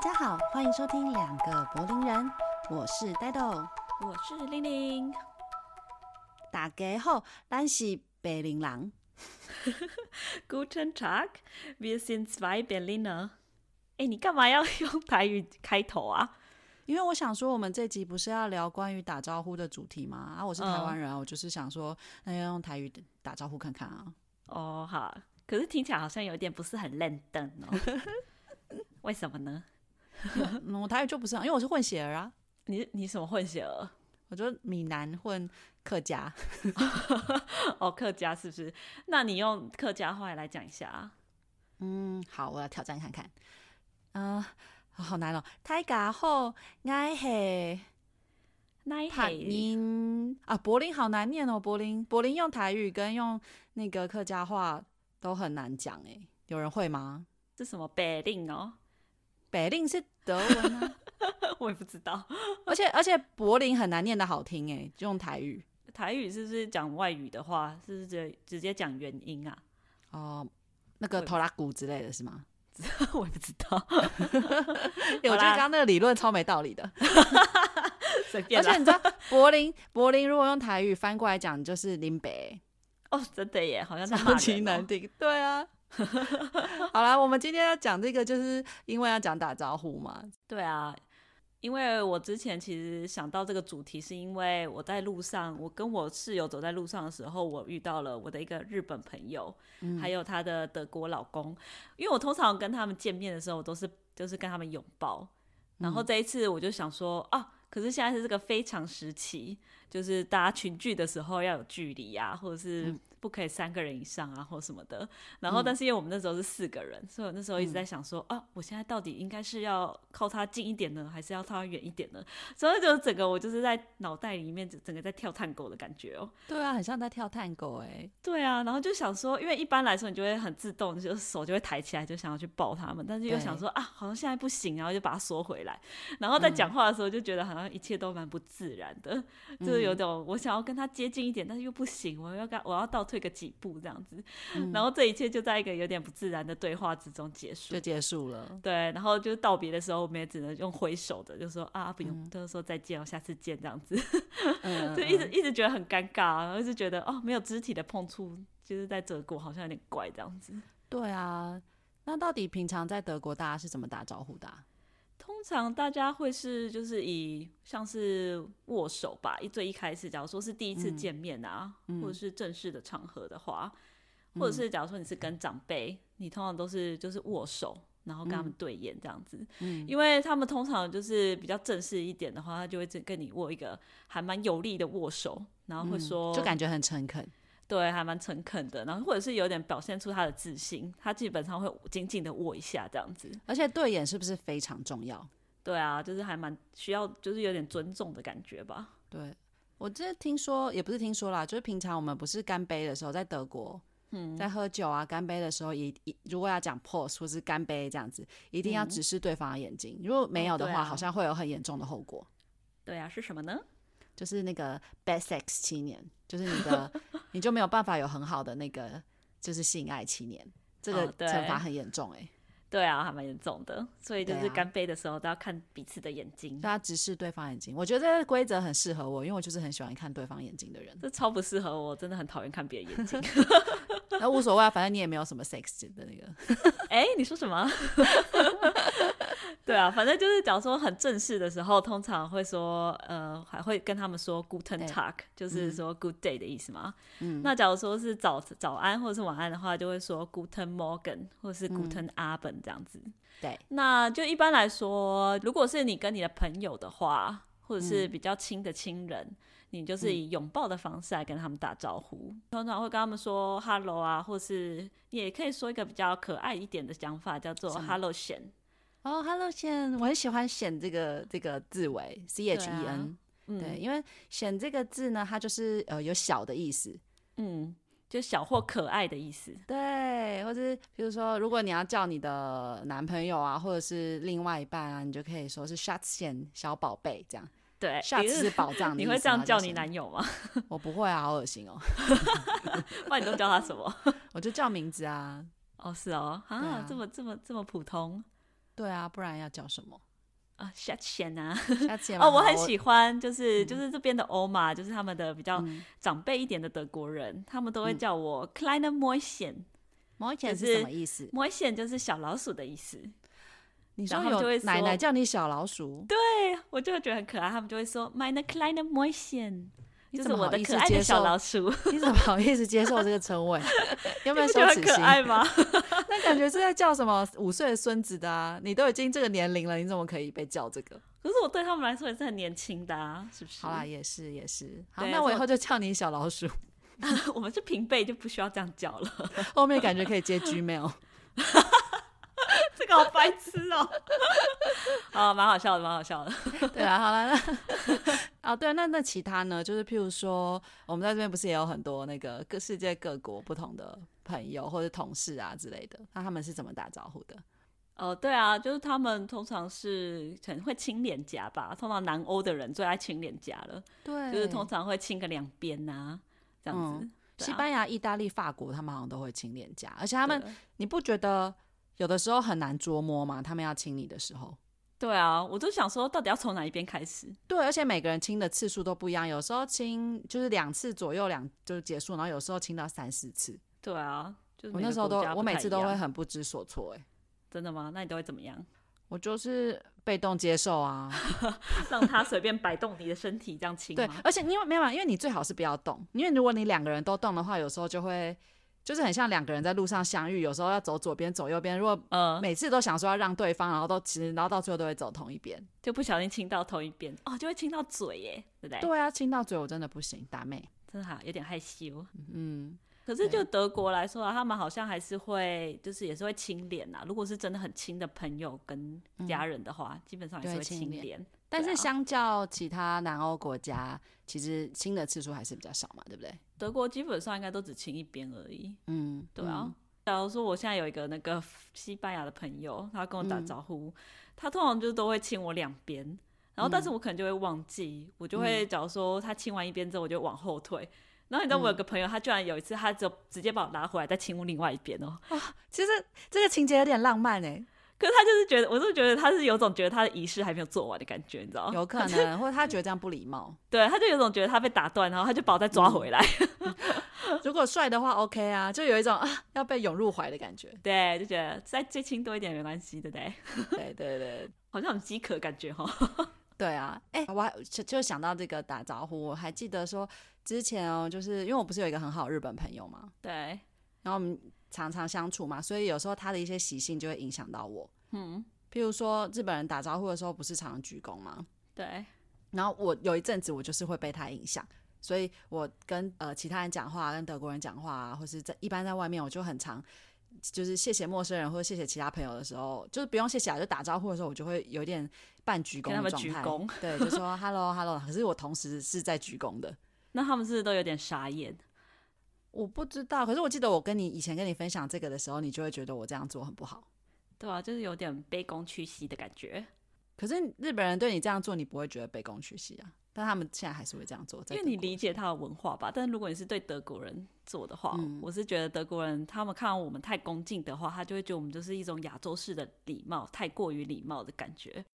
家好，欢迎收听《两个柏林人》，我是呆豆。我是玲玲，大家好，咱是北林人。 Guten Tag, wir sind zwei Berliner。哎，你干嘛要 用台语开头啊？因为我想说，我们这集不是要聊关于打招呼的主题吗？啊，我是台湾人啊，我就是想说，那要用台语打招呼看看啊。 哦，好，可是听起来好像有点不是很认真哦。为什么呢？嗯我台语就不是很，因为我是混血儿啊， 你你什么混血儿？我就闽南混客家。哦，客家是不是？那你用客家话来讲一下啊。嗯，好，我来挑战看看。嗯、好难哦。大家好，我是那一柏嘿，林啊，柏林好难念哦，柏林，柏林用台语跟用那个客家话都很难讲哎，有人会吗？是什么北令哦？ 北令是德文啊，我也不知道。而且而且柏林很难念的好听哎，用台语台语是不是讲外语的话，是不是直直接讲元音啊？ 哦、那个会头拉骨之类的是 吗？我也不知道，哎我觉得刚刚那个理论超没道 理的，随便而且啦。你知道柏林柏林如果用台语翻过来讲就是林北，哦，真的耶，好像在骂超人、哦。级难听， 对 啊。好啦，我们今天要讲这个，就是因为要讲打招呼嘛，对啊，因为我之前其实想到这个主题，是因为我在路上，我跟我室友走在路上的时候，我遇到了我的一个日本朋友，嗯还有她的德国老公。因为我通常跟他们见面的时候，我都是就是跟他们拥抱。然后这一次我就想说啊，可是现在是这个非常时期，就是大家群聚的时候要有距离啊，或者是不可以三个人以上啊，或什么的。然后，但是因为我们那时候是四个人，所以我那时候一直在想说，啊，我现在到底应该是要靠他近一点呢，还是要靠他远一点呢？所以就整个我就是在脑袋里面整整个在跳探狗的感觉哦。 对啊，很像在跳探戈哎、对啊，然后就想说，因为一般来说你就会很自动，就是手就会抬起来，就想要去抱他们，但是又对想说啊，好像现在不行，然后就把它缩回来。然后在讲话的时候就觉得好像一切都蛮不自然的，就是有种我想要跟他接近一点，但是又不行，我要跟我要倒退个几步这样子。然后这一切就在一个有点不自然的对话之中结束就。结束了。对，然后就是道别的时候，我们也只能用挥手的，就说啊，不用，就是说再见哦，下次见这样子。嗯， 就一直一直觉得很尴尬，然后一直觉得哦，没有肢体的碰触，就是在德国好像有点怪这样子。对啊。那到底平常在德国大家是怎么打招呼的啊、通常大家会是就是以像是握手吧，一最一开始，假如说是第一嗯次见面啊，或者是正式的场合的话，嗯或者是假如说你是跟长辈，你通常都是就是握手。然后跟他嗯们对眼这样子，因为他们通常就是比较正式一点的话，他就会只跟你握一个还蛮有力的握手，然后会说、嗯就感觉很诚恳。对，还蛮诚恳的，然后或者是有点表现出他的自信，他基本上会紧紧的握一下这样子。而且对眼是不是非常重要？对啊，就是还蛮需要，就是有点尊重的感觉吧。对我这听说也不是听说啦，就是平常我们不是干杯的时候，在德国，嗯，在喝酒啊干杯的时候，一一如果要讲 pose 或是干杯这样子，一定要直视对方的眼睛，如果没有的嗯哦对话，啊好像会有很严重的后果。对啊，是什么呢？就是那个 bad sex 七年，就是你 的你就没有办法有很好的那个就是性爱七年，这个哦对惩罚很严重哎、欸，对啊，还蛮严重的，所以就对是啊干杯的时候都要看彼此的眼睛，，大家直视对啊方眼睛，我觉得这个规则很适合我，因为我就是很喜欢看对方眼睛的人 这超不适合我，真的很讨厌看别人眼睛。那无所谓啊，反正你也没有什么 sex 的那个，哎、你说什么？对啊，反正就是假如说很正式的时候，通常会说，呃，还会跟他们说 Guten 对 Tag，就是说 Good day 的意思嘛。嗯，那假如说是早早安或者是晚安的话，就会说 Guten Morgen 或是 Guten Abend 这样子。对，那就一般来说，如果是你跟你的朋友的话，或者是比较亲的亲人，你就是以拥抱的方式来跟他们打招呼。通常会跟他们说 “hello” 啊，或是你也可以说一个比较可爱一点的讲法，叫做 “hello 贤哦、h e l l o 显，我很喜欢显这个这个字尾 C H E 对啊 N，对,、因为显这个字呢，它就是呃有小的意思，”，嗯，就小或可爱的意思。对，或是比如说，如果你要叫你的男朋友啊，或者是另外一半啊，你就可以说是 “shut 线小宝贝”这样对， ，“shut 哎你是是宝藏的意思 你吗”啊会这样叫就你是男友吗？ 我不会啊，好恶心哦，不然你都 叫他什么？我就叫名字啊。哦，是哦，啊，对啊这么这么这么普通。对啊，不然要叫什 么？啊，下钱啊！下次也蛮哦，我好很喜欢，就是、嗯就是这边的欧玛，就是他们的比较长辈一点的德国人，他们都嗯会叫我 Kleine Mäuschen。毛钱就是什么意思？ Mäuschen 就是小老鼠的意思。 你然说后就会有说奶奶叫你小老鼠，对， 对，我就觉得很可爱，他们就会说 “meine kleine Mäuschen”，你就怎是么我好的意可思爱接的小受？老 鼠，你怎么好意思接受这个称 谓？有没有不羞觉得耻很可心？爱吗？ 那感觉是在叫什么五岁的孙子的啊？你都已经这个年龄了，你怎么可以被叫这个？可是我对他们来说也是很年轻的、啊，是不是？好啦，也是也是。好，对那我以所以后就叫你小老鼠， 我们是平辈就不需要这样叫了， 后面感觉可以接 Gmail。这个好白痴哦、 啊，蛮好笑的，蛮好笑的。对啊，好了，那啊，对，那 那其他呢？就是譬如说，我们在这边不是也有很多那个各世界各国不同的朋友或者同事啊之类的，那他们是怎么打招呼的？哦，对啊，就是他们通常是很会亲脸颊吧，通常南欧的人最爱亲脸颊了，对就是通常会亲个两边呐、这样子。嗯对啊西班牙、意大利、法国，他们好像都会亲脸颊，而且他们对你不觉得有的时候很难捉摸吗？他们要亲你的时候，对啊，我就想说，到底要从哪一边开始？对，而且每个人亲的次数都不一样，有时候亲就是两次左右，两就是结束，然后有时候亲到三四次。对啊，就是我每那个时候都国家，不我每太次一都会样很不知所措、欸，真的吗？那你都会怎么样？我就是被动接受 啊。让他随便摆动你的身体这样亲对吗？，而且因为没有啊嘛，因为你最好是不要动，因为如果你两个人都动的话，有时候就会就是很像两个人在路上相遇，有时候要走左边走右边，如果呃，每次都想说要让对方，然后都其实然后到最后都会走同一边。就不小心亲到同一边，哦，就会亲到嘴耶，对不对？对啊，亲到嘴我真的不行，打妹。真的哈，有点害羞。嗯，可是就德国来说啊，他们好像还是会，就是也是会亲脸啊呐。如果是真的很亲的朋友跟家人的话，基本上也是对嗯会亲亲脸脸。但对啊是相较其他南欧国家，其实亲的次数还是比较少嘛，对不对？德国基本上应该都只亲一边而已，嗯，对啊。嗯假如说我现在有一个那个西班牙的朋友，他跟我嗯打招呼，他通常就都会亲我两边，然后但嗯是我可能就会忘记，我就会假如说他亲完一边之后，我就往后退。然后你知道嗯我有个朋友，他居然有一次，他就直接把我拉回来，再亲我另外一边哦。其实这个情节有点浪漫哎、可是他就是觉得，我就觉得他是有种觉得他的仪式还没有做完的感觉，你知道吗？有可能，或者他觉得这样不礼貌。对，他就有种觉得他被打断，然后他就把我再抓回嗯来，哦如果帅的话 OK 啊，就有一种啊要被涌入怀的感觉。 对，就觉得再最亲多一点没关系，对不对？对对对好像很饥渴的感觉哈。哦对啊！哎、我还就就想到这个打招呼，我还记得说之前哦，就是因为我不是有一个很好的日本朋友嘛，对，然后我们常常相处嘛，所以有时候他的一些习性就会影响到我。嗯，譬如说日本人打招呼的时候不是常常鞠躬吗？对，然后我有一阵子我就是会被他影响，所以我跟呃其他人讲话，跟德国人讲话啊，或是在一般在外面，我就很常就是谢谢陌生人或者谢谢其他朋友的时候，就是不用谢谢啊，就打招呼的时候，我就会有一点半鞠躬跟他的们状鞠态，躬对，就说 hello hello，可是我同时是在鞠躬的。那他们是不是都有点傻眼？我不知道，可是我记得我跟你以前跟你分享这个的时候，你就会觉得我这样做很不好。对啊，就是有点卑躬屈膝的感觉，可是日本人对你这样做，你不会觉得卑躬屈膝啊？但他们现在还是会这样做，在因为德你国理解他的文化吧。但如果你是对德国人做的话，嗯我是觉得德国人他们看到我们太恭敬的话，他就会觉得我们就是一种亚洲式的礼貌，太过于礼貌的感觉。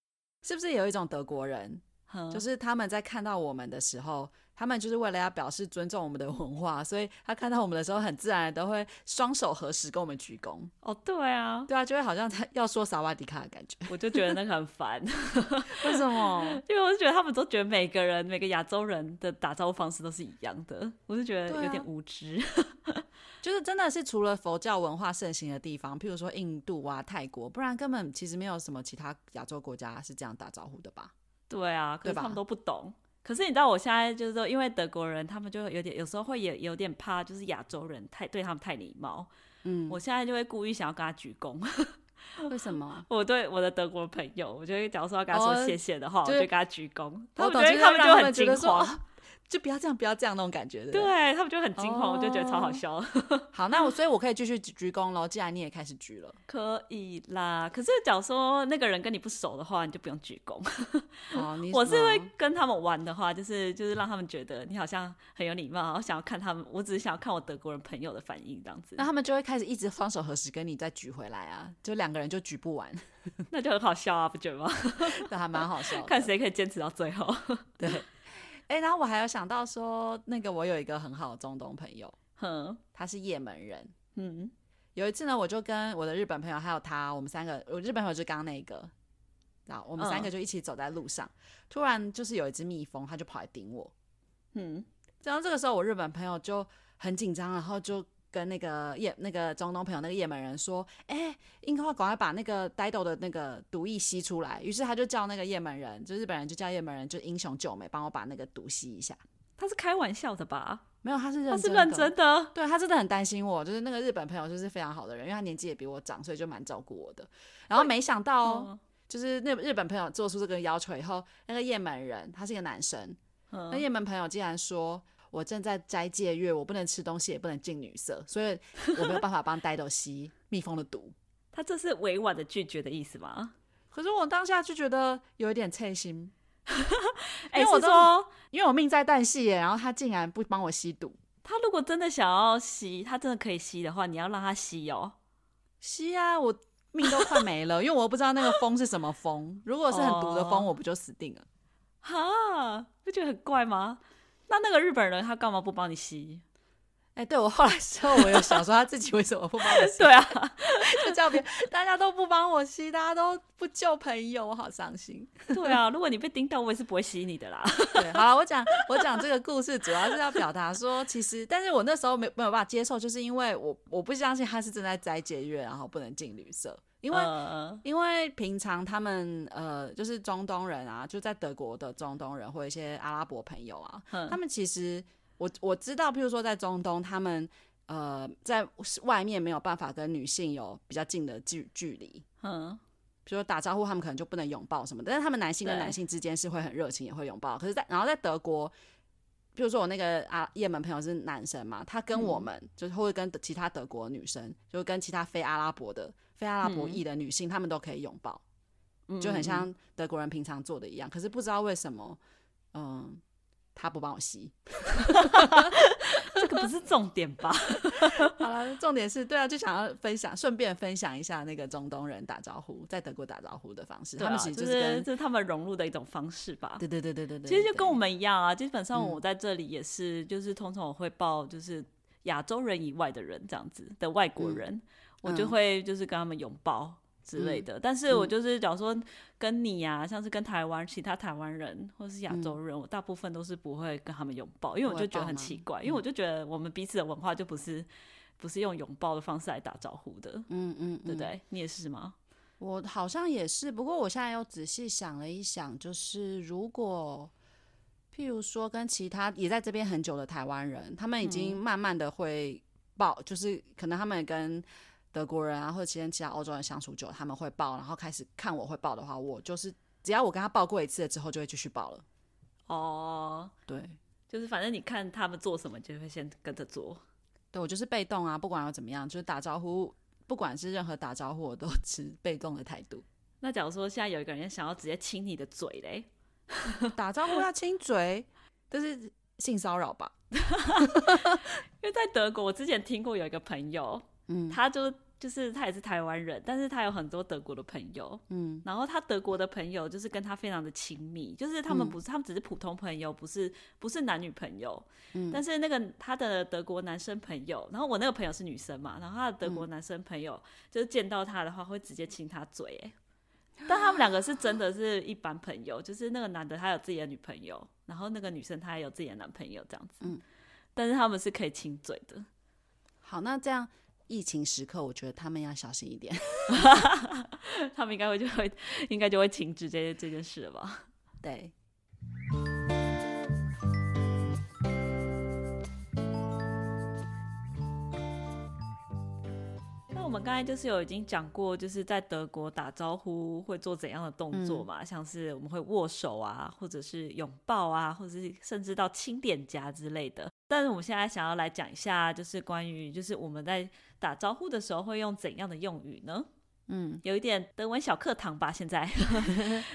是不是有一种德国人，哼就是他们在看到我们的时候，他们就是为了要表示尊重我们的文化，所以他看到我们的时候，很自然的会双手合十跟我们鞠躬。哦，对啊，对啊，就会好像他要说萨瓦迪卡的感觉。我就觉得那个很烦， 为什么？因为我就觉得他们都觉得每个人每个亚洲人的打招呼方式都是一样的，我就觉得对啊有点无知。 就是真的是除了佛教文化盛行的地方，譬如说印度啊、泰国，不然根本其实没有什么其他亚洲国家是这样打招呼的吧？对啊，可对是吧他们都不懂。可是你知道，我现在就是说，因为德国人他们就有点，有时候会也有点怕，就是亚洲人太对他们太礼貌。嗯，我现在就会故意想要跟他鞠躬。 为什 么？我对我的德国朋友，我就会假如说要跟他说哦谢谢的话，就我是就跟他鞠躬。他我们懂觉得就是他们让就他们很觉惊得说哦慌， 就不要这样，不要这样那种感觉的。不，对他啊们就很惊恐，哦我就觉得超好笑。 好，那我所以我可以继续鞠躬喽。既然你也开始鞠了，可以啦，可是假如说那个人跟你不熟的话，你就不用鞠躬。哦，你 我是会嗯跟他们玩的话，就是就是让他们觉得你好像很有礼貌，然后想要看他们，我只是想要看我德国人朋友的反应这样子那，他们就会开始一直双手合十跟你再举回来啊，就两个人就举不完， 那就很好笑啊，不觉得吗？ 这还蛮好笑的。看谁可以坚持到最后。 对，哎、然后我还有想到说，那个我有一个很好的中东朋友，哼，他是也门人。嗯，有一次呢，我就跟我的日本朋友还有他，我们三个，我日本朋友就刚刚那一个，然后我们嗯三个就一起走在路上，突然就是有一只蜜蜂，它就跑来叮我。嗯，然后这个时候，我日本朋友就很紧张，然后就跟那个也那个中东朋友那个也门人说：“哎、应该要赶快把那个呆豆的那个毒液吸出来。”于是他就叫那个也门人，就日本人就叫也门人，就英雄救美，帮我把那个毒吸一下。他是开玩笑的吧？没有，他是认他真是的认真的。对他真的很担心我，就是那个日本朋友就是非常好的人，因为他年纪也比我长，所以就蛮照顾我的。然后没想到哦，嗯就是那日本朋友做出这个要求以后，那个也门人他是一个男生，那嗯，也门朋友竟然说。我正在斋戒月，我不能吃东西，也不能进女色，所以我没有办法帮呆豆吸蜜蜂的毒。他这是委婉的拒绝的意思吗？可是我当下就觉得有一点脆心，因哎、为是我都说因为我命在旦夕耶，然后他竟然不帮我吸毒，他如果真的想要吸，他真的可以吸的话，你要让他吸哦。吸啊，我命都快没了，因为我又不知道那个风是什么风，如果是很毒的风，哦我不就死定了。哈，不觉得很怪吗？那那个日本人他干嘛不帮你吸？哎、对我后来之后，我有想说他自己为什么不帮我吸，对啊，就叫别人，大家都不帮我吸，大家都不救朋友，我好伤心。 对啊，如果你被盯到，我也是不会吸你的 啦。对，好了，我讲我讲这个故事，主要是要表达说，其实，但是我那时候没没有办法接受，就是因为我我不相信他是正在斋节约，然后不能进旅社，因为、呃因为平常他们呃，就是中东人啊，就在德国的中东人或一些阿拉伯朋友啊，嗯他们其实我我知道，譬如说在中东，他们呃在外面没有办法跟女性有比较近的距距离，嗯，比如说打招呼，他们可能就不能拥抱什么的，但是他们男性跟对男性之间是会很热情，也会拥抱。可是在然后在德国，比如说我那个啊也门朋友是男生嘛，他跟嗯我们、就是会跟其他德国女生，就是跟其他非阿拉伯的非阿拉伯裔的女性，他们都可以拥抱，嗯就很嗯像德国人平常做的一样。可是不知道为什么，嗯，他不帮我吸。 嗯这个不是重点 吧？好了，重点是对啊，就想要分享，顺便分享一下那个中东人打招呼，在德国打招呼的方式。对他啊，们其实就就是跟这是他们融入的一种方式吧。对对对对对对，其实就对跟我们一样啊，基本上嗯我在这里也是，就是通常我会报就是亚洲人以外的人这样子的外国人，我就嗯会就是跟他们拥抱之类的。但是我嗯就是假如说跟你呀、像是跟台湾其他台湾人或是亚洲人，我大部分都是不会跟他们拥抱，因为我嗯不就会觉得抱很吗嗯奇怪，因为我就觉得我们彼此的文化就不是不是用拥抱的方式来打招呼的，嗯嗯，对嗯不对？你也是吗？我好像也是，不过我现在又仔细想了一想，就是如果，譬如说跟其他也在这边很久的台湾人，他们已经慢慢的会抱，就是可能他们跟德国人啊，或者其他其他欧洲人相处久，他们会抱，然后开始看我会抱的话，我就是只要我跟他抱过一次了之后，就会继续抱了。哦，对，就是反正你看他们做什么，就会先跟着做。对我就是被动啊，不管要怎么样，就是打招呼，不管是任何打招呼，我都持被动的态度。 那假如说现在有一个人想要直接亲你的嘴嘞，打招呼要亲 嘴，这是性骚扰吧？因为在德国，我之前听过有一个朋友，嗯他就就是他也是台湾人，但是他有很多德国的朋友，嗯。然后他德国的朋友就是跟他非常的亲密，就是他嗯们不是、他们只是普通朋友，不是不是男女朋友，嗯但是那个他的德国男生朋友，然后我那个朋友是女生嘛，然后他的德嗯国男生朋友、就是见到他的话会直接亲他嘴，哎，但他们两个是真的是一般朋友，就是那个男的他有自己的女朋友，然后那个女生她也有自己的男朋友这样子，嗯但是他们是可以亲嘴的，好，那这样疫情时刻，我觉得他们要小心一点。 他们应该会就会应该就会停止这这件事了吧。对，那我们刚才就是有已经讲过，就是在德国打招呼会做怎样的动作嘛，像是我们会握手啊，或者是拥抱啊，或者是甚至到亲脸颊之类的。但是我们现在想要来讲一下，就是关于就是我们在打招呼的时候会用怎样的用语呢？嗯，有一点德文小课堂吧，现在。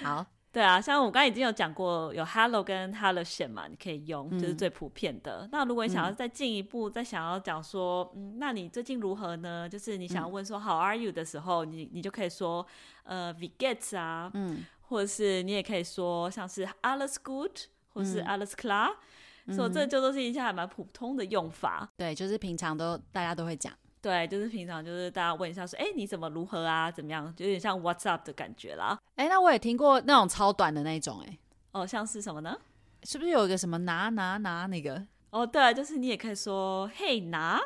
好，对啊，像我刚才已经有讲过，有 hello 跟 hello 线嘛，你可以用，嗯这、是最普遍的。那如果你想要再进一步，再想要讲说，嗯，那你最近如何呢？就是你想嗯要问说、How are you 的时候，你你就可以说，呃，wie geht's 啊，嗯，或者是你也可以说像是 alles gut，或是嗯 alles klar，、所以这就都是一些还蛮普通的用法。对，就是平常都大家都会讲，对，就是平常就是大家问一下说，哎，你怎么如何啊？怎么样？就有点像 What's up 的感觉啦。哎、那我也听过那种超短的那种、哎，哦，像是什么呢？是不是有一个什么拿拿拿那个？哦，对，就是你也可以说嘿拿，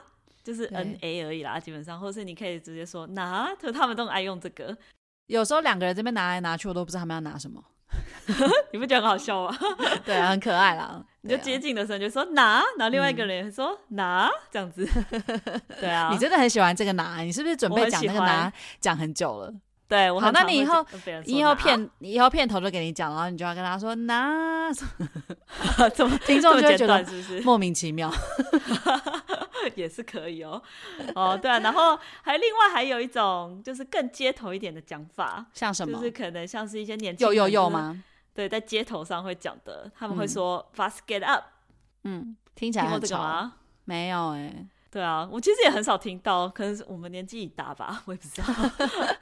就是对 N A 而已啦，基本上，或是你可以直接说拿，就他们都很爱用这个， 有时候两个人这边拿来拿去，我都不知道他们要拿什么。 你不觉得很好笑吗？对啊，很可爱啦。你就对啊嗯接近的时候你就说拿，然后另外一个人也会说、拿，这 样子，对啊，你真的很喜欢这个拿，你是不是准备讲那个我很喜欢拿讲很久了？对我好很那常你会以后跟别人说以后拿片以后片头都给你讲，然后你就要跟他说拿， 怎么听这众么就会简觉短得是不是？ 莫名其妙。也是可以哦，哦对啊，然后还另外还有一种就是更街头一点的讲法，像什么？就是可能像是一些年轻有有人有就是？吗？对，在街头上会讲的，他们会嗯说 “fast get up”，嗯，听起来听过很这个潮。吗？没有哎、对啊，我其实也很少听到，可能是我们年纪已大吧，我也不知道。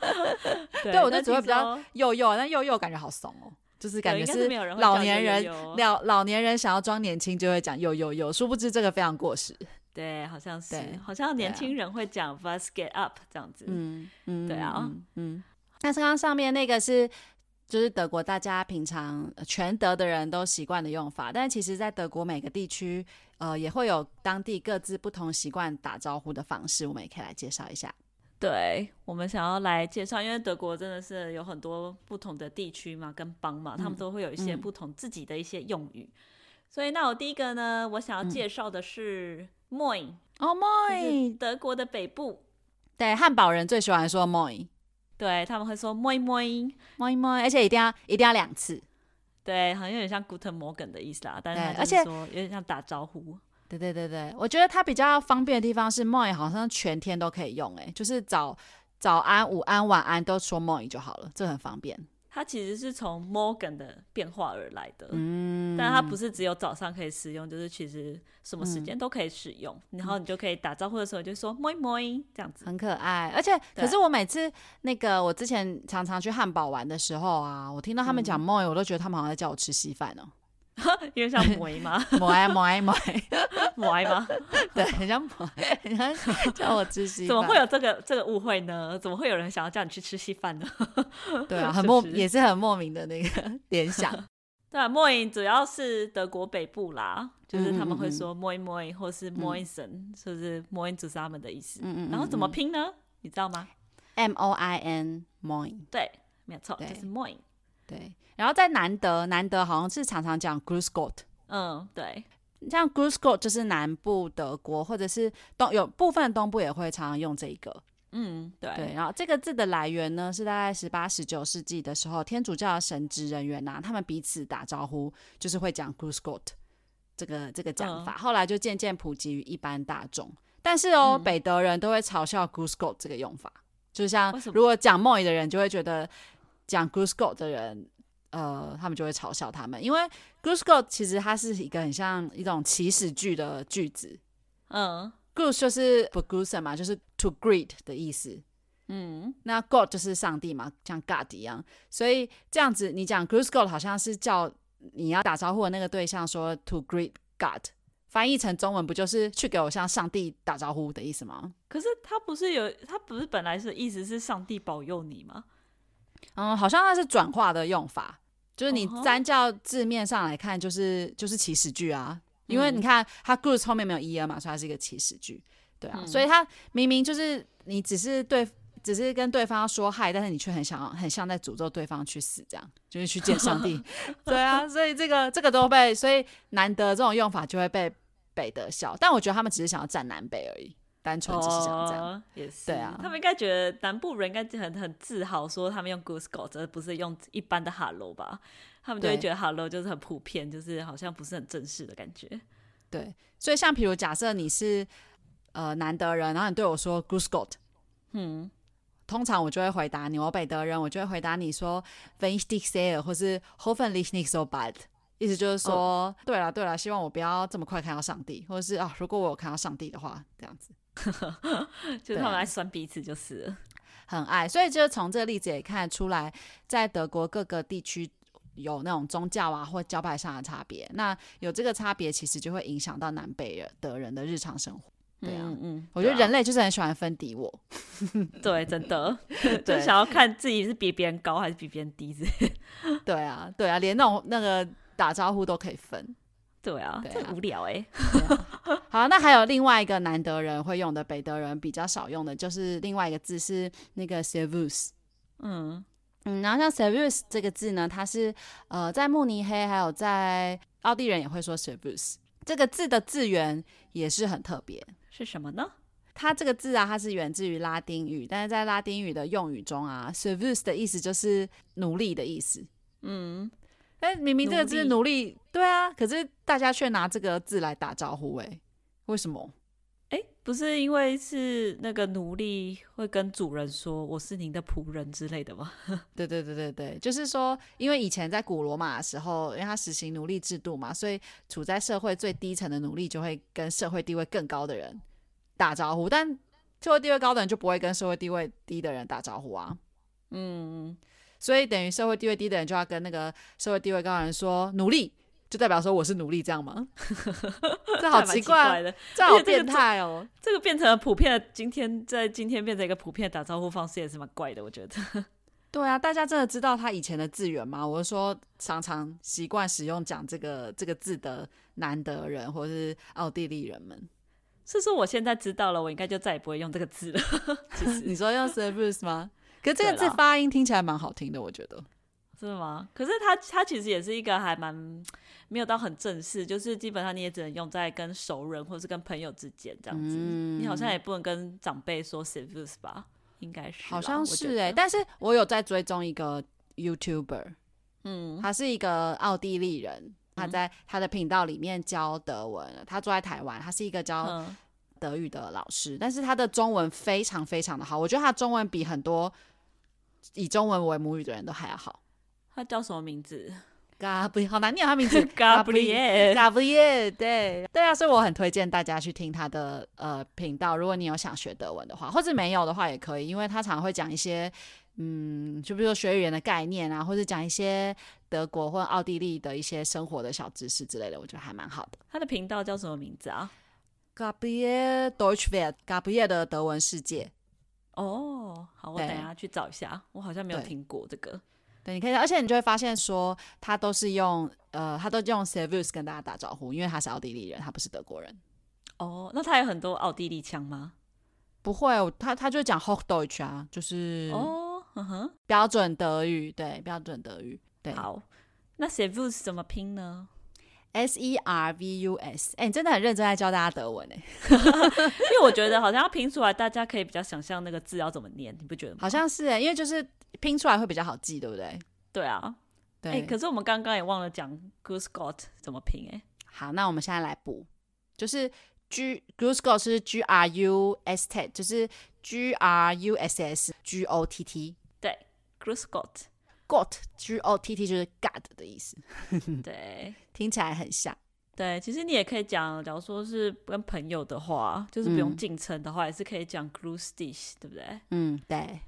对对我但就只会听比较说佑佑，但佑佑感觉好怂哦，就是感对觉应该是啊是没有人会老叫年悠悠人悠老老年人想要装年轻就会讲有有有，殊不知这个非常过时。对，好像是对，好像年对啊轻人会讲 “fast get up” 这样子。嗯嗯对啊嗯嗯。但是刚刚上面那个是。就是德国，大家平常呃全德的人都习惯的用法，但其实，在德国每个地区，呃，也会有当地各自不同习惯打招呼的方式，我们也可以来介绍一下。对我们想要来介绍，因为德国真的是有很多不同的地区嘛，跟邦嘛，嗯他们都会有一些不同自己的一些用语。所以，那我第一个呢，我想要嗯介绍的是 m o i n 哦、m o 就是 i 德国的北部，对汉堡人最喜欢说 m o i 对他们会说 “moi moi”， m o i m o i 而且一定要一定要两次。对，好像有点像 “Guten Morgen” 的意思啦，但是对它就是而且说有点像打招呼。对对对对，我觉得它比较方便的地方是 m o i 好像全天都可以用、欸，就是早早安、午安、晚安都说 m o i 就好了，这很方便。它其实是从 “Morgen” 的变化而来的，嗯但它不是只有早上可以使用，就是其实什么嗯时间都可以使用。然后你就可以打招呼的时候就说 “moi moi” 这样子。嗯很可爱，而且对可是我每次那个我之前常常去汉堡玩的时候啊，我听到他们嗯讲 moi，、我都觉得他们好像在叫我吃稀饭哦，因为像摩吗？ moi moi moi，摩吗？ 对，很像 moi，很像叫我吃稀饭， 怎么会有这个这个误会呢？怎么会有人想要叫你去吃稀饭呢？ 对啊，是很莫不是也是很莫名的那个 联 想，对啊，莫因主要是德国北部啦，就是他们会嗯嗯嗯说莫因莫因或是莫因森，就是莫因就是他们的意思。嗯嗯，然后怎么拼呢？你知道吗？ m o i n moi，对，没有错，对就是莫因。对，然后在南德，南德好像是常常讲 g r u s g o t 嗯，对，像 g r u s g o t 就是南部德国或者是东有部分东部也会常常用这一个，嗯，对，对，然后这个字的来源呢，是大概十八、十九世纪的时候，天主教的神职人员呐、啊他们彼此打招呼就是会讲 g r u s g o t 这个这个讲法，后来就渐渐普及于一般大众。但是哦，嗯北德人都会嘲笑 g r u s g o t 这个用法，就像为什么如果讲梦语的人就会觉得讲 g r u s g o t 的人。呃，他们就会嘲笑他们，因为 g r u s g o t 其实它是一个很像一种祈使句的句子嗯 g r u s 就是 b e g r u s e n 嘛，就是 to greet 的意思，嗯，那 God 就是上帝嘛，像 God 一样，所以这样子你讲 g r u s God 好像是叫你要打招呼的那个对象说 To greet God，翻译成中文不就是去给我向上帝打招呼的意思吗？可是他不是有他不是本来是意思是上帝保佑你吗？嗯，好像那是转化的用法，就是你哦吼单照字面上来看，就是就是祈使句啊，因为嗯你看它 g r u s 后面没有 er 嘛，所以它是一个祈使句，对啊，嗯所以它明明就是你只是对。只是跟对方说嗨，但是你却很想要，很像在诅咒对方去死，这样就是去见上 帝。对啊，所以这个这个都被，所以难得这种用法就会被北德笑，但我觉得他们只是想要站南北而已。单纯只是想这样。哦也是，对啊他们应该觉得南部人应该很很自豪，说他们用 Goose Go，这不是用一般的 Hello 吧？他们就会对觉得 Hello 就是很普遍，就是好像不是很正式的感觉。 对，所以像比如假设你是呃南德人，然后你对我说 g o o s e g o t 嗯，通常我就会回答你，我北德人，我就会回答你说 v e n s t i c h sehr” 或是 “hoffentlich nicht so bald”，意思就是说，对了对了，希望我不要这么快看到上帝，或者是啊，如果我有看到上帝的话，这样子就是啊他们来酸彼此就是了。很爱。所以就是从这个例子也看得出来，在德国各个地区。有那种宗教啊或教派上的差别，那有这个差别，其实就会影响到南北人德人的日常生活。对啊，嗯嗯，我觉得对啊人类就是很喜欢分敌我， 对，真的 就是想要看自己是比别人高还是比别人低之类的。对啊，对啊，连那种那个打招呼都可以分。 对啊，对啊这很无聊哎、好，那还有另外一个南德人会用的，北德人比较少用的，就是另外一个字是那个 servus。嗯，嗯，然后像 servus 这个字呢，它是呃在慕尼黑还有在奥地利人也会说 servus。这个字的字源也是很特别，是什么呢？它这个字啊，它是源自于拉丁语，但是在拉丁语的用语中啊，servus 的意思就是奴隶的意思。嗯，但明明这个字奴奴隶，对啊，可是大家却拿这个字来打招呼、欸，为什么？哎，不是因为是那个奴隶会跟主人说我是您的仆人之类的吗？对对对对对，就是说，因为以前在古罗马的时候，因为它实行奴隶制度嘛，所以处在社会最低层的奴隶就会跟社会地位更高的人打招呼，但社会地位高的人就不会跟社会地位低的人打招呼啊。嗯，所以等于社会地位低的人就要跟那个社会地位高的人说奴隶，就代表说我是奴隶，这样吗？ 这 好还蛮奇奇怪，啊哦的。这而好且这个变态哦。这个变成了普遍的，今天在今天变成一个普遍的打招呼方式也是蛮怪的，我觉得。 对啊，大家真的知道他以前的字源吗？我是说，常常习惯使用讲这个这个字的南德人或是奥地利人们，是说我现在知道了，我应该就再也不会用这个字了。 其 实你说用 service 吗？可这个对字啦发音听起来蛮好听的，我觉得。是吗？可是它它其实也是一个还蛮没有到很正式，就是基本上你也只能用在跟熟人或是跟朋友之间这样子。嗯你好像也不能跟长辈说 service 吧？应该是啦，好像是哎、哎、但是我有在追踪一个 YouTuber，嗯他是一个奥地利人，他在他的频道里面教德文，他住在台湾，他是一个教嗯，德语的老师，但是他的中文非常非常的好，我觉得他中文比很多以中文为母语的人都还要好。他叫什么名字嘎布好难念他名 字？Gabriel。嘎布耶，对对啊，所以我很推荐大家去听他的呃频道，如果你有想学德文的话，或者没有的话也可以，因为他常会讲一些嗯，就比如说学语言的概念啊，或者讲一些德国或奥地利的一些生活的小知识之类的，我觉得还蛮好的。他的频道叫什么名字啊？嘎布耶 Deutsch Welt，嘎布耶的德文世界，哦，好，我对等一下去找一下，我好像没有对听过这个。对，你可以，而且你就会发现说，他都是用呃，他都用 service 跟大家打招呼，因为他是奥地利人，他不是德国人。哦，那他有很多奥地利腔吗？不会，我他他就讲 Hochdeutsch 啊，就是哦，哼哼，标准德语，对，标准德语，对好。那 service 怎么拼呢？ ，S E R V U S，哎、你真的很认真在教大家德文哎、因为我觉得好像要拼出来，大家可以比较想象那个字要怎么念，你不觉得吗？好像是哎、因为就是拼出来会比较好记，对不对？对啊。对，哎、可是我们刚刚也忘了讲 Goose Got 怎么拼哎、好，那我们现在来补，就是 G Grusco 是 G R U S T，就是 E G R U S S G O T T。对，Goose Got， Got G O T T 就是 God 的意思，嗯对听起来很像。对。其实你也可以讲，假如说是跟朋友的话，就是不用嗯敬称的话，也是可以讲 Goose Dish，对不对？嗯，对。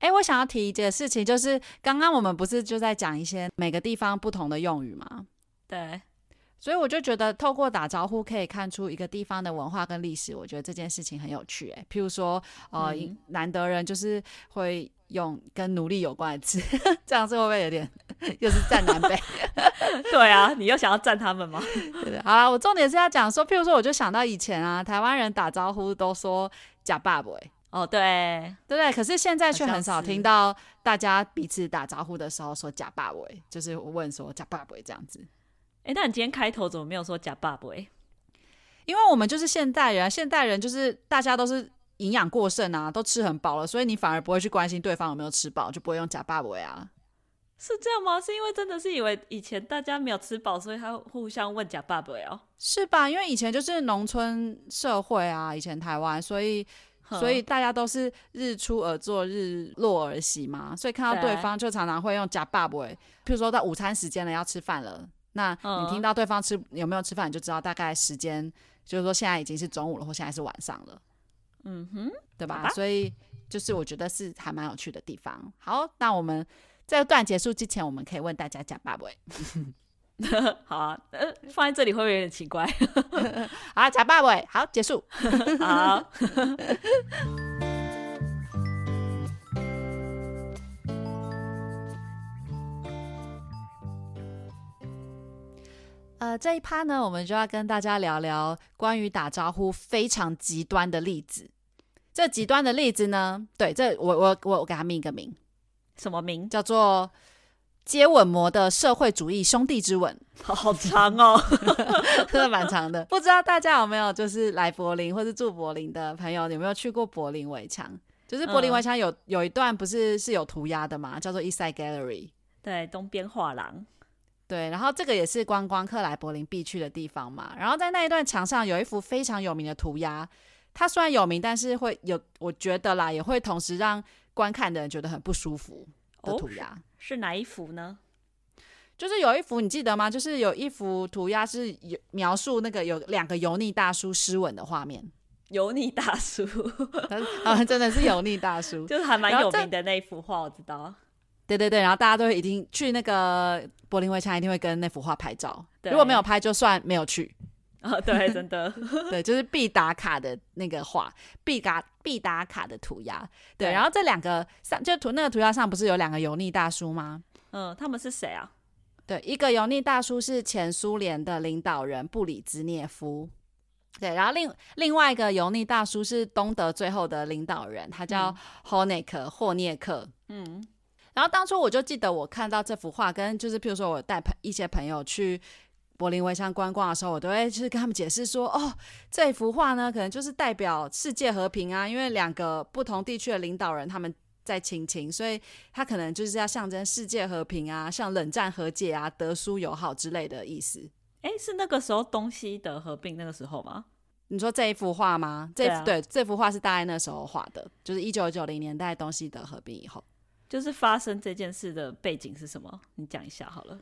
哎，我想要提一件事情，就是刚刚我们不是就在讲一些每个地方不同的用语吗？对， 所以我就觉得透过打招呼可以看出一个地方的文化跟历史，我觉得这件事情很有趣、哎，譬如说，呃，嗯南德人就是会用跟奴隶有关的词， 这样是会不会有点又是站南北？对啊，你又想要赞他们吗？对对，好啦，我重点是要讲说，譬如说，我就想到以前啊，台湾人打招呼都说“假爸爸”，哦，对，对不对？可是现在却好像很少是听到大家彼此打招呼的时候说“假爸欸爸”，就是问说“假爸爸”这样子。哎，那你今天开头怎么没有说假爸爸？因为我们就是现代人啊，现代人就是大家都是营养过剩啊，都吃很饱了，所以你反而不会去关心对方有没有吃饱，就不会用假爸维啊。是这样吗？是因为真的是以为以前大家没有吃饱，所以他互相问假爸爸哦。是吧？因为以前就是农村社会啊，以前台湾，所以哼所以大家都是日出而作，日落而息嘛，所以看到对对方就常常会用假爸喂，譬如说到午餐时间了要吃饭了，那你嗯听到对方吃有没有吃饭，你就知道大概时间，就是说现在已经是中午了，或现在是晚上了，嗯哼，对吧？好吧所以就是我觉得是还蛮有趣的地方。好，那我们这段结束之前，我们可以问大家假爸欸喂。 好啊，呃，放在这里会不会有点奇怪？好，假爸喂，好，结束。好，呃，这一趴呢，我们就要跟大家聊聊关于打招呼非常极端的例子。这极端的例子呢，对，这我我我我给他命一个名，什么名？叫做“接吻魔的社会主义兄弟之吻好好长哦。”，真的蛮长的。不知道大家有没有就是来柏林或是住柏林的朋友，有没有去过柏林围墙？就是柏林围墙有、有一段不是是有涂鸦的嘛，叫做 East Side Gallery。对，东边画廊。对，然后这个也是观光客来柏林必去的地方嘛。然后在那一段墙上有一幅非常有名的涂鸦，它虽然有名，但是会有我觉得啦，也会同时让观看的人觉得很不舒服的哦涂鸦。是哪一幅呢？就是有一幅你记得吗？就是有一幅涂鸦是有描述那个有两个油腻大叔湿吻的画面，油腻大叔， 但是啊、真的是油腻大叔。就是还蛮然后有这名的那一幅画，我知道。啊对对对，然后大家都会一定去那个柏林围墙，一定会跟那幅画拍照。对如果没有拍，就算没有去。啊、对，真的， 对，就是必打卡的那个画，必打必打卡的涂鸦。对，对然后这两个上就涂那个涂鸦上不是有两个油腻大叔吗？嗯，他们是谁啊？对，一个油腻大叔是前苏联的领导人布里兹涅夫。对，然后另另外一个油腻大叔是东德最后的领导人，他叫 Honeck 霍涅克。嗯，然后当初我就记得我看到这幅画，跟就是譬如说我带朋一些朋友去柏林围墙观光的时候，我都会去跟他们解释说，哦，这幅画呢，可能就是代表世界和平啊，因为两个不同地区的领导人他们。在亲亲，所以它可能就是要象征世界和平啊，像冷战和解啊、德苏友好之类的意思。哎，是那个时候东西德合并那个时候吗？你说这一幅画吗？这对啊对这幅画是大概那时候画的，就是一九九零年代东西德合并以后。就是发生这件事的背景是什么？你讲一下好了。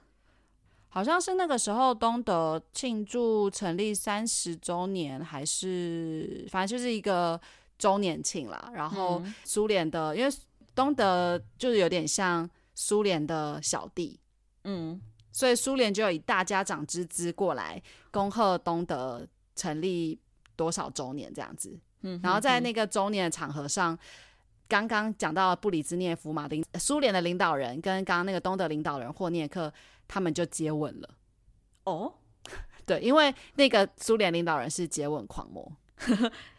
好像是那个时候东德庆祝成立三十周年，还是反正就是一个周年庆啦。然后嗯苏联的，因为东德就是有点像苏联的小弟，嗯，所以苏联就有以大家长之资过来恭贺东德成立多少周年这样子。嗯然后在那个周年的场合上，刚刚讲到布里兹涅夫嘛，领苏联的领导人跟刚刚那个东德领导人霍涅克他们就接吻了。哦，对，因为那个苏联领导人是接吻狂魔。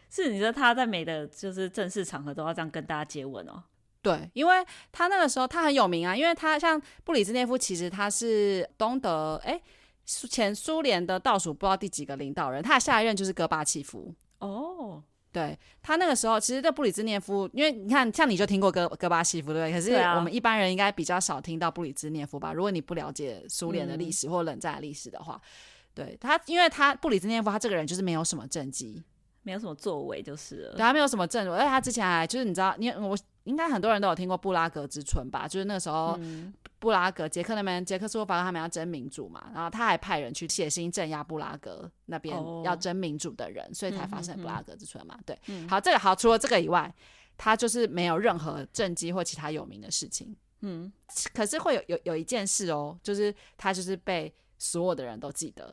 是你说他在每的就是正式场合都要这样跟大家接吻哦？对，因为他那个时候他很有名啊，因为他像布里兹涅夫，其实他是东德哎苏前苏联的倒数不知道第几个领导人，他的下一任就是戈巴契夫。哦，对他那个时候，其实这布里兹涅夫，因为你看，像你就听过戈戈巴契夫对不对？可是对啊我们一般人应该比较少听到布里兹涅夫吧？如果你不了解苏联嗯的历史或冷战的历史的话，对他，因为他布里兹涅夫他这个人就是没有什么政绩，没有什么作为就是了。对啊他没有什么证据，而且他之前还就是你知道，你我应该很多人都有听过布拉格之春吧，就是那时候嗯，布拉格、捷克那边，捷克斯洛伐克他们要争民主嘛，然后他还派人去血腥镇压布拉格那边哦要争民主的人，所以才发生嗯嗯嗯布拉格之春嘛。对，嗯好，这个好，除了这个以外，他就是没有任何政绩或其他有名的事情，嗯，可是会有有有一件事哦，就是他就是被所有的人都记得，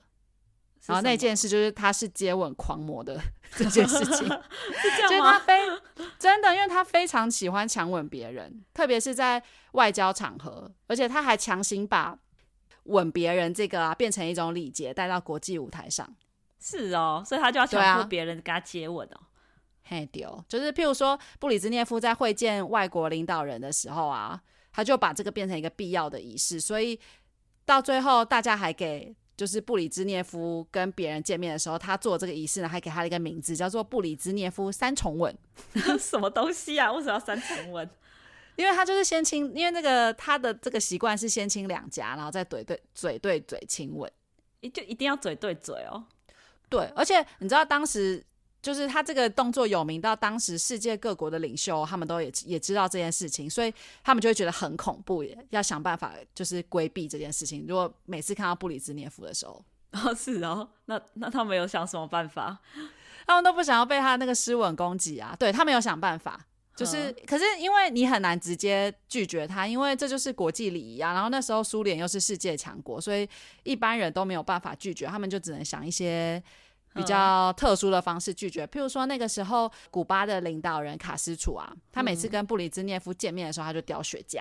是然后什那么件事就是他是接吻狂魔的 这件事情。是这就是样他吗？非真的，因为他非常喜欢强吻别人，特别是在外交场合，而且他还强行把吻别人这个啊变成一种礼节带到国际舞台上。是哦，所以他就要对强啊迫别人跟他接吻哦。嘿丢，就是譬如说布里兹涅夫在会见外国领导人的时候啊，他就把这个变成一个必要的仪式，所以到最后大家还给。就是布里兹涅夫跟别人见面的时候，他做这个仪式呢，还给他了一个名字，叫做布里兹涅夫三重吻。哦 什么东西啊？为什么要三重吻？因为他就是先亲，因为那个他的这个习惯是先亲两颊，然后再嘴对嘴对嘴亲吻。一就一定要嘴对嘴哦。 对，而且你知道当时就是他这个动作有名到当时世界各国的领袖他们都也也知道这件事情，所以他们就会觉得很恐怖，也要想办法就是规避这件事情。如果每次看到布里兹涅夫的时候，哦，是哦，那那他们有想什么办法？他们都不想要被他那个湿吻攻击啊，对他们有想办法。就是，可是因为你很难直接拒绝他，因为这就是国际礼仪啊。然后那时候苏联又是世界强国，所以一般人都没有办法拒绝，他们就只能想一些比较特殊的方式拒绝。譬如说那个时候古巴的领导人卡斯楚啊，他每次跟布里兹涅夫见面的时候，他就叼雪茄。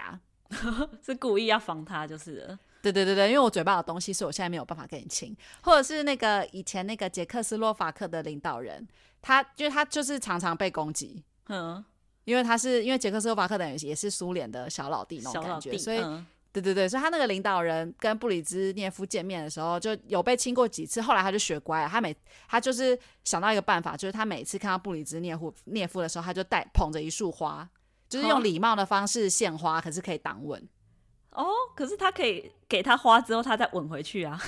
是故意要防他，就是了对对对对，因为我嘴巴有东西，所以我现在没有办法跟你亲。或者是那个以前那个捷克斯洛伐克的领导人，他因为他就是常常被攻击，嗯，因为他是因为捷克斯洛伐克等于也是苏联的小老弟那小种老感觉，弟，所以、嗯对对对，所以他那个领导人跟布里兹涅夫见面的时候，就有被亲过几次，后来他就学乖了，他每他就是想到一个办法，就是他每次看到布里兹涅夫涅夫的时候，他就带捧着一束花，就是哦用礼貌的方式献花，可是可以挡吻。哦，可是他可以给他花之后，他再吻回去 啊，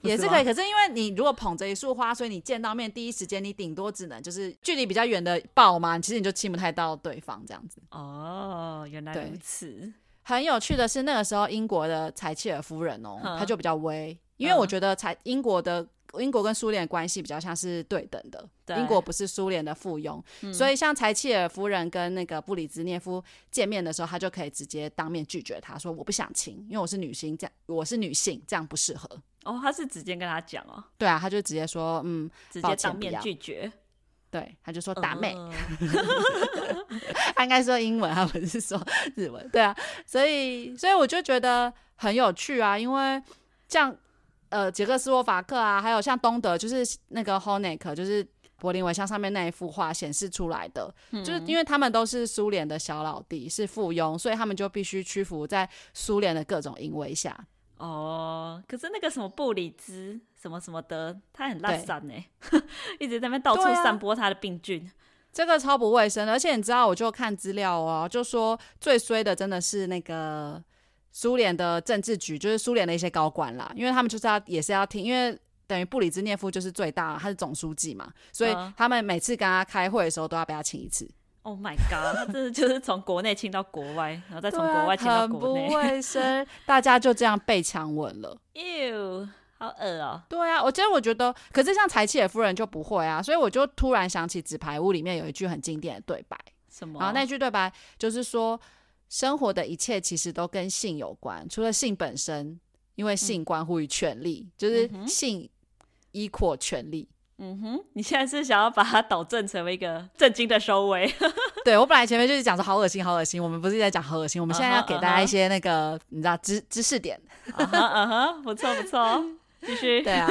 不也是是吗可以，可是因为你如果捧着一束花，所以你见到面第一时间，你顶多只能就是距离比较远的抱嘛，其实你就亲不太到对方这样子。哦，原来对如此，很有趣的是，那个时候英国的柴契尔夫人哦，嗯她就比较威，因为我觉得柴英国的英国跟苏联的关系比较像是对等的，对嗯英国不是苏联的附庸，所以像柴契尔夫人跟那个布里兹涅夫见面的时候，她就可以直接当面拒绝他，说我不想亲，因为我是女性，这样我是女性，这样不适合。哦，他是直接跟他讲哦，对啊，她就直接说，嗯，直抱接歉当不面要拒绝，对，她就说打妹，嗯他应该说英文，他不是说日文。对啊，所以所以我就觉得很有趣啊，因为像呃捷克斯洛伐克啊，还有像东德，就是那个 Honeck，就是柏林围墙上面那一幅画显示出来的，就是因为他们都是苏联的小老弟，是附庸，所以他们就必须屈服在苏联的各种淫威下。哦，可是那个什么布里兹什么什么的，他很烂对散呢， 一直在那边到处对啊散播他的病菌。这个超不卫生的，而且你知道，我就看资料哦，就说最衰的真的是那个苏联的政治局，就是苏联的一些高管啦，因为他们就是要也是要听，因为等于布里兹涅夫就是最大，他是总书记嘛，所以嗯他们每次跟他开会的时候都要被他请一次， Oh my god！他真的就是从国内亲到国外，然后再对啊从国外亲到很不国内。卫 生， 大家就这样被强吻了。 Ew，好恶哦、对啊，我其实我觉得，可是像柴契尔夫人就不会啊，所以我就突然想起《纸牌屋》里面有一句很经典的对白。什么？然后那句对白就是说，生活的一切其实都跟性有关，除了性本身，因为嗯性关乎于权利，就是性 equal 权利。嗯哼，你现在是想要把它导正成为一个震惊的收尾？对我本来前面就是讲说好恶心，好恶心，我们不是在讲好恶心，我们现在要给大嗯家哼一些那个你知道知知识 点，啊哈啊哈，不错不 错，继续。对啊。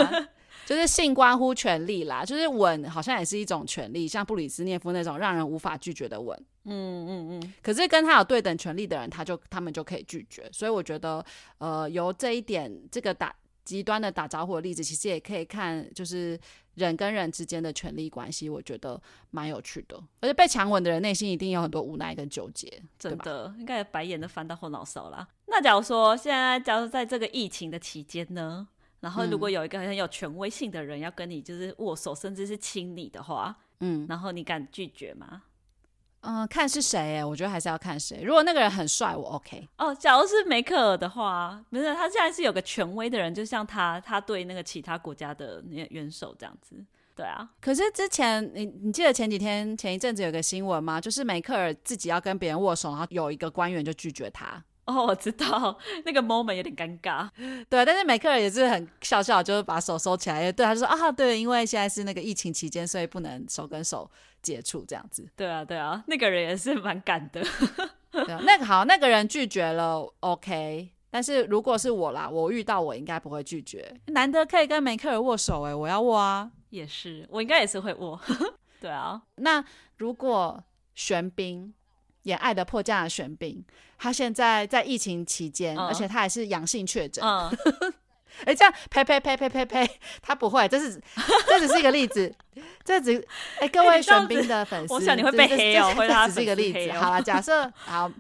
就是性关乎权利啦，就是吻好像也是一种权利，像布里兹涅夫那种让人无法拒绝的吻，嗯嗯嗯，可是跟他有对等权利的人，他就他们就可以拒绝。所以我觉得，呃，由这一点这个打极端的打招呼的例子，其实也可以看，就是人跟人之间的权利关系，我觉得蛮有趣的。而且被强吻的人内心一定有很多无奈跟纠结，对真吧？的，应该白眼都翻到后脑勺啦。那假如说现在，假如在这个疫情的期间呢，然后如果有一个很有权威性的人要跟你就是握手，甚至是亲你的话，嗯然后你敢拒绝吗？嗯、看是谁、欸，我觉得还是要看谁。如果那个人很帅，我 OK。哦，假如是梅克尔的话，没有，他现在是有个权威的人，就像他，他对那个其他国家的那些元首这样子。对啊，可是之前你你记得前几天前一阵子有个新闻吗？就是梅克尔自己要跟别人握手，然后有一个官员就拒绝他。哦，我知道那个 moment 有点尴尬。对，啊但是梅克尔也是很笑笑，就是把手收起来。对，他就说啊，对，因为现在是那个疫情期间，所以不能手跟手接触这样子。对啊，对啊，那个人也是蛮敢的。对啊，那个好，那个人拒绝了，OK。但是如果是我啦，我遇到我应该不会拒绝。难得可以跟梅克尔握手、欸，我要握啊。也是，我应该也是会握。 对啊，那如果玄彬演《爱的迫降》的玄彬，他现在在疫情期间，嗯而且他还是阳性确诊，嗯，哎，这样呸呸呸呸呸呸，他不会，这是这只是一个例子，这只哎各哎位你这样玄子彬的粉丝，我想你会这被这黑哦这会让他这只是一个粉丝例黑子。哦好了，假设好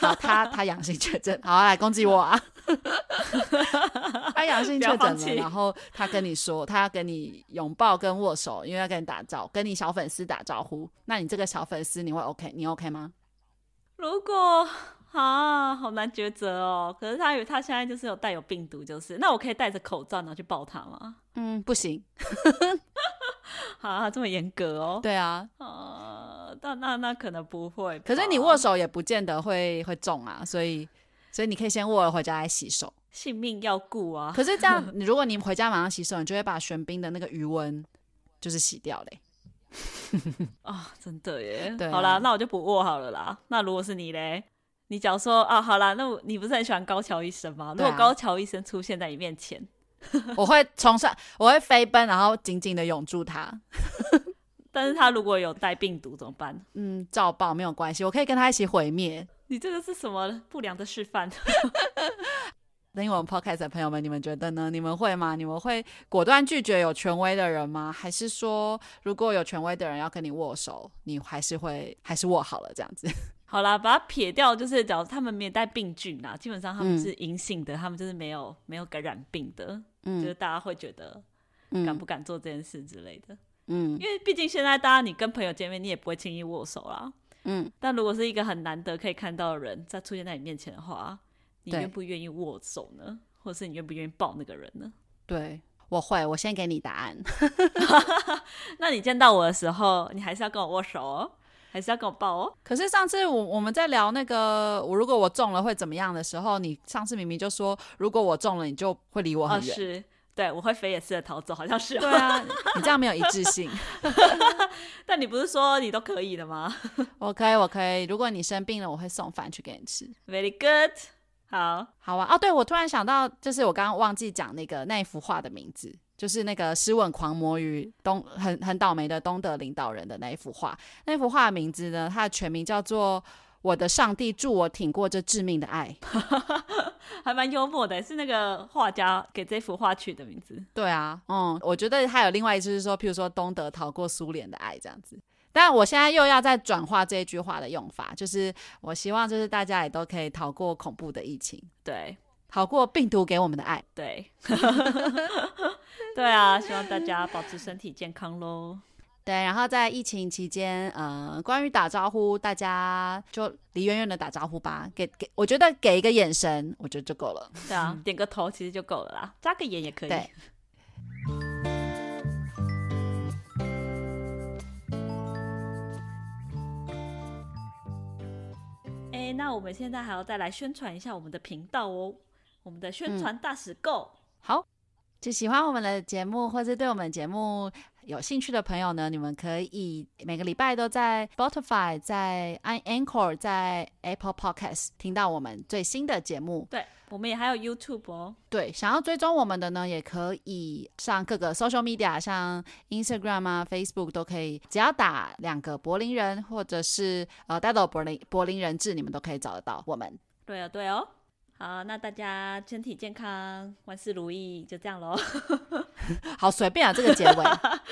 好他他阳性确诊，好来攻击我啊，他阳性不确要诊放了，弃然后他跟你说他要跟你拥抱跟握手，因为要跟你打招跟你小粉丝打招呼，那你这个小粉丝你会 OK 你 OK 吗？如果啊，好难抉择哦。可是他有，他现在就是有带有病毒，就是那我可以戴着口罩然后去抱他吗？ 嗯，不行，啊，这么严格哦。对啊，呃，那那那可能不会吧。可是你握手也不见得会会中啊，所以所以你可以先握了回家来洗手。性命要顾啊。可是这样，你如果你回家马上洗手，你就会把玄彬的那个余温就是洗掉嘞。啊，真的耶。对啊好啦，那我就不握好了啦。那如果是你嘞，你假如说啊，好啦，那我你不是很喜欢高桥医生吗？如对啊果高桥医生出现在你面前，我会冲上，我会飞奔，然后紧紧的拥住他。但是他如果有带病毒怎么办？嗯，照抱没有关系，我可以跟他一起毁灭。你这个是什么不良的示范？ 那因为我们 podcast 的朋友们，你们觉得呢？你们会吗？你们会果断拒绝有权威的人吗？还是说，如果有权威的人要跟你握手，你还是会还是握好了这样子？好啦，把它撇掉，就是假如他们没有带病菌啊啦，基本上他们嗯是阴性的，他们就是没有没有感染病的，就是嗯大家会觉得敢嗯不敢做这件事之类的。嗯因为毕竟现在大家你跟朋友见面，你也不会轻易握手啦。嗯，但如果是一个很难得可以看到的人在出现在你面前的话，你对愿不愿意握手呢？或者是你愿不愿意抱那个人呢？对，我会，我先给你答案。那你见到我的时候，你还是要跟我握手哦，还是要跟我抱哦？ 可是上次我我们在聊那个我如果我中了会怎么样的时候，你上次明明就说如果我中了你就会离我哦，很远，是，对，我会飞也似的逃走，好像是哦。对啊，你这样没有一致性。 但你不是说你都可以的吗 我可以，我可以。如果你生病了，我会送饭去给你吃。 ？Very good，好，好啊，哦，对，我突然想到，就是我刚刚忘记讲那个那一幅画的名字，就是那个《诗吻狂魔与东很很倒霉的东德领导人》的那一幅画。那幅画的名字呢，它的全名叫做《我的上帝助我挺过这致命的爱》。还蛮幽默的，是那个画家给这幅画取的名字。对啊，嗯，我觉得还有另外一次是说，譬如说东德逃过苏联的爱这样子。但我现在又要再转化这一句话的用法，就是我希望就是大家也都可以逃过恐怖的疫情，对逃过病毒给我们的爱。对， 对啊，希望大家保持身体健康喽。对，然后在疫情期间，呃，关于打招呼，大家就离远远的打招呼吧，给给，我觉得给一个眼神，我觉得就够了。对啊，点个头其实就够了啦，眨个眼也可以。对哎，那我们现在还要再来宣传一下我们的频道哦，我们的宣传大使购。好，就喜欢我们的节目，或是对我们节目有兴趣的朋友呢，你们可以每个礼拜都在 Spotify、在 i Anchor、在 Apple Podcast 听到我们最新的节目。对，我们也还有 YouTube 哦。对，想要追踪我们的呢，也可以上各个 social media，像 Instagram 啊、Facebook 都可以，只要打两个柏林人，或者是呃带走柏林柏林人质，你们都可以找得到我们。对哦，对哦。好，那大家身体健康，万事如意，就这样喽。好，随便啊，这个结尾。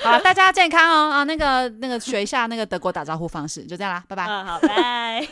好啦，大家健康 哦啊，那个那个学一下那个德国打招呼方式，就这样啦，拜拜。嗯，好，拜。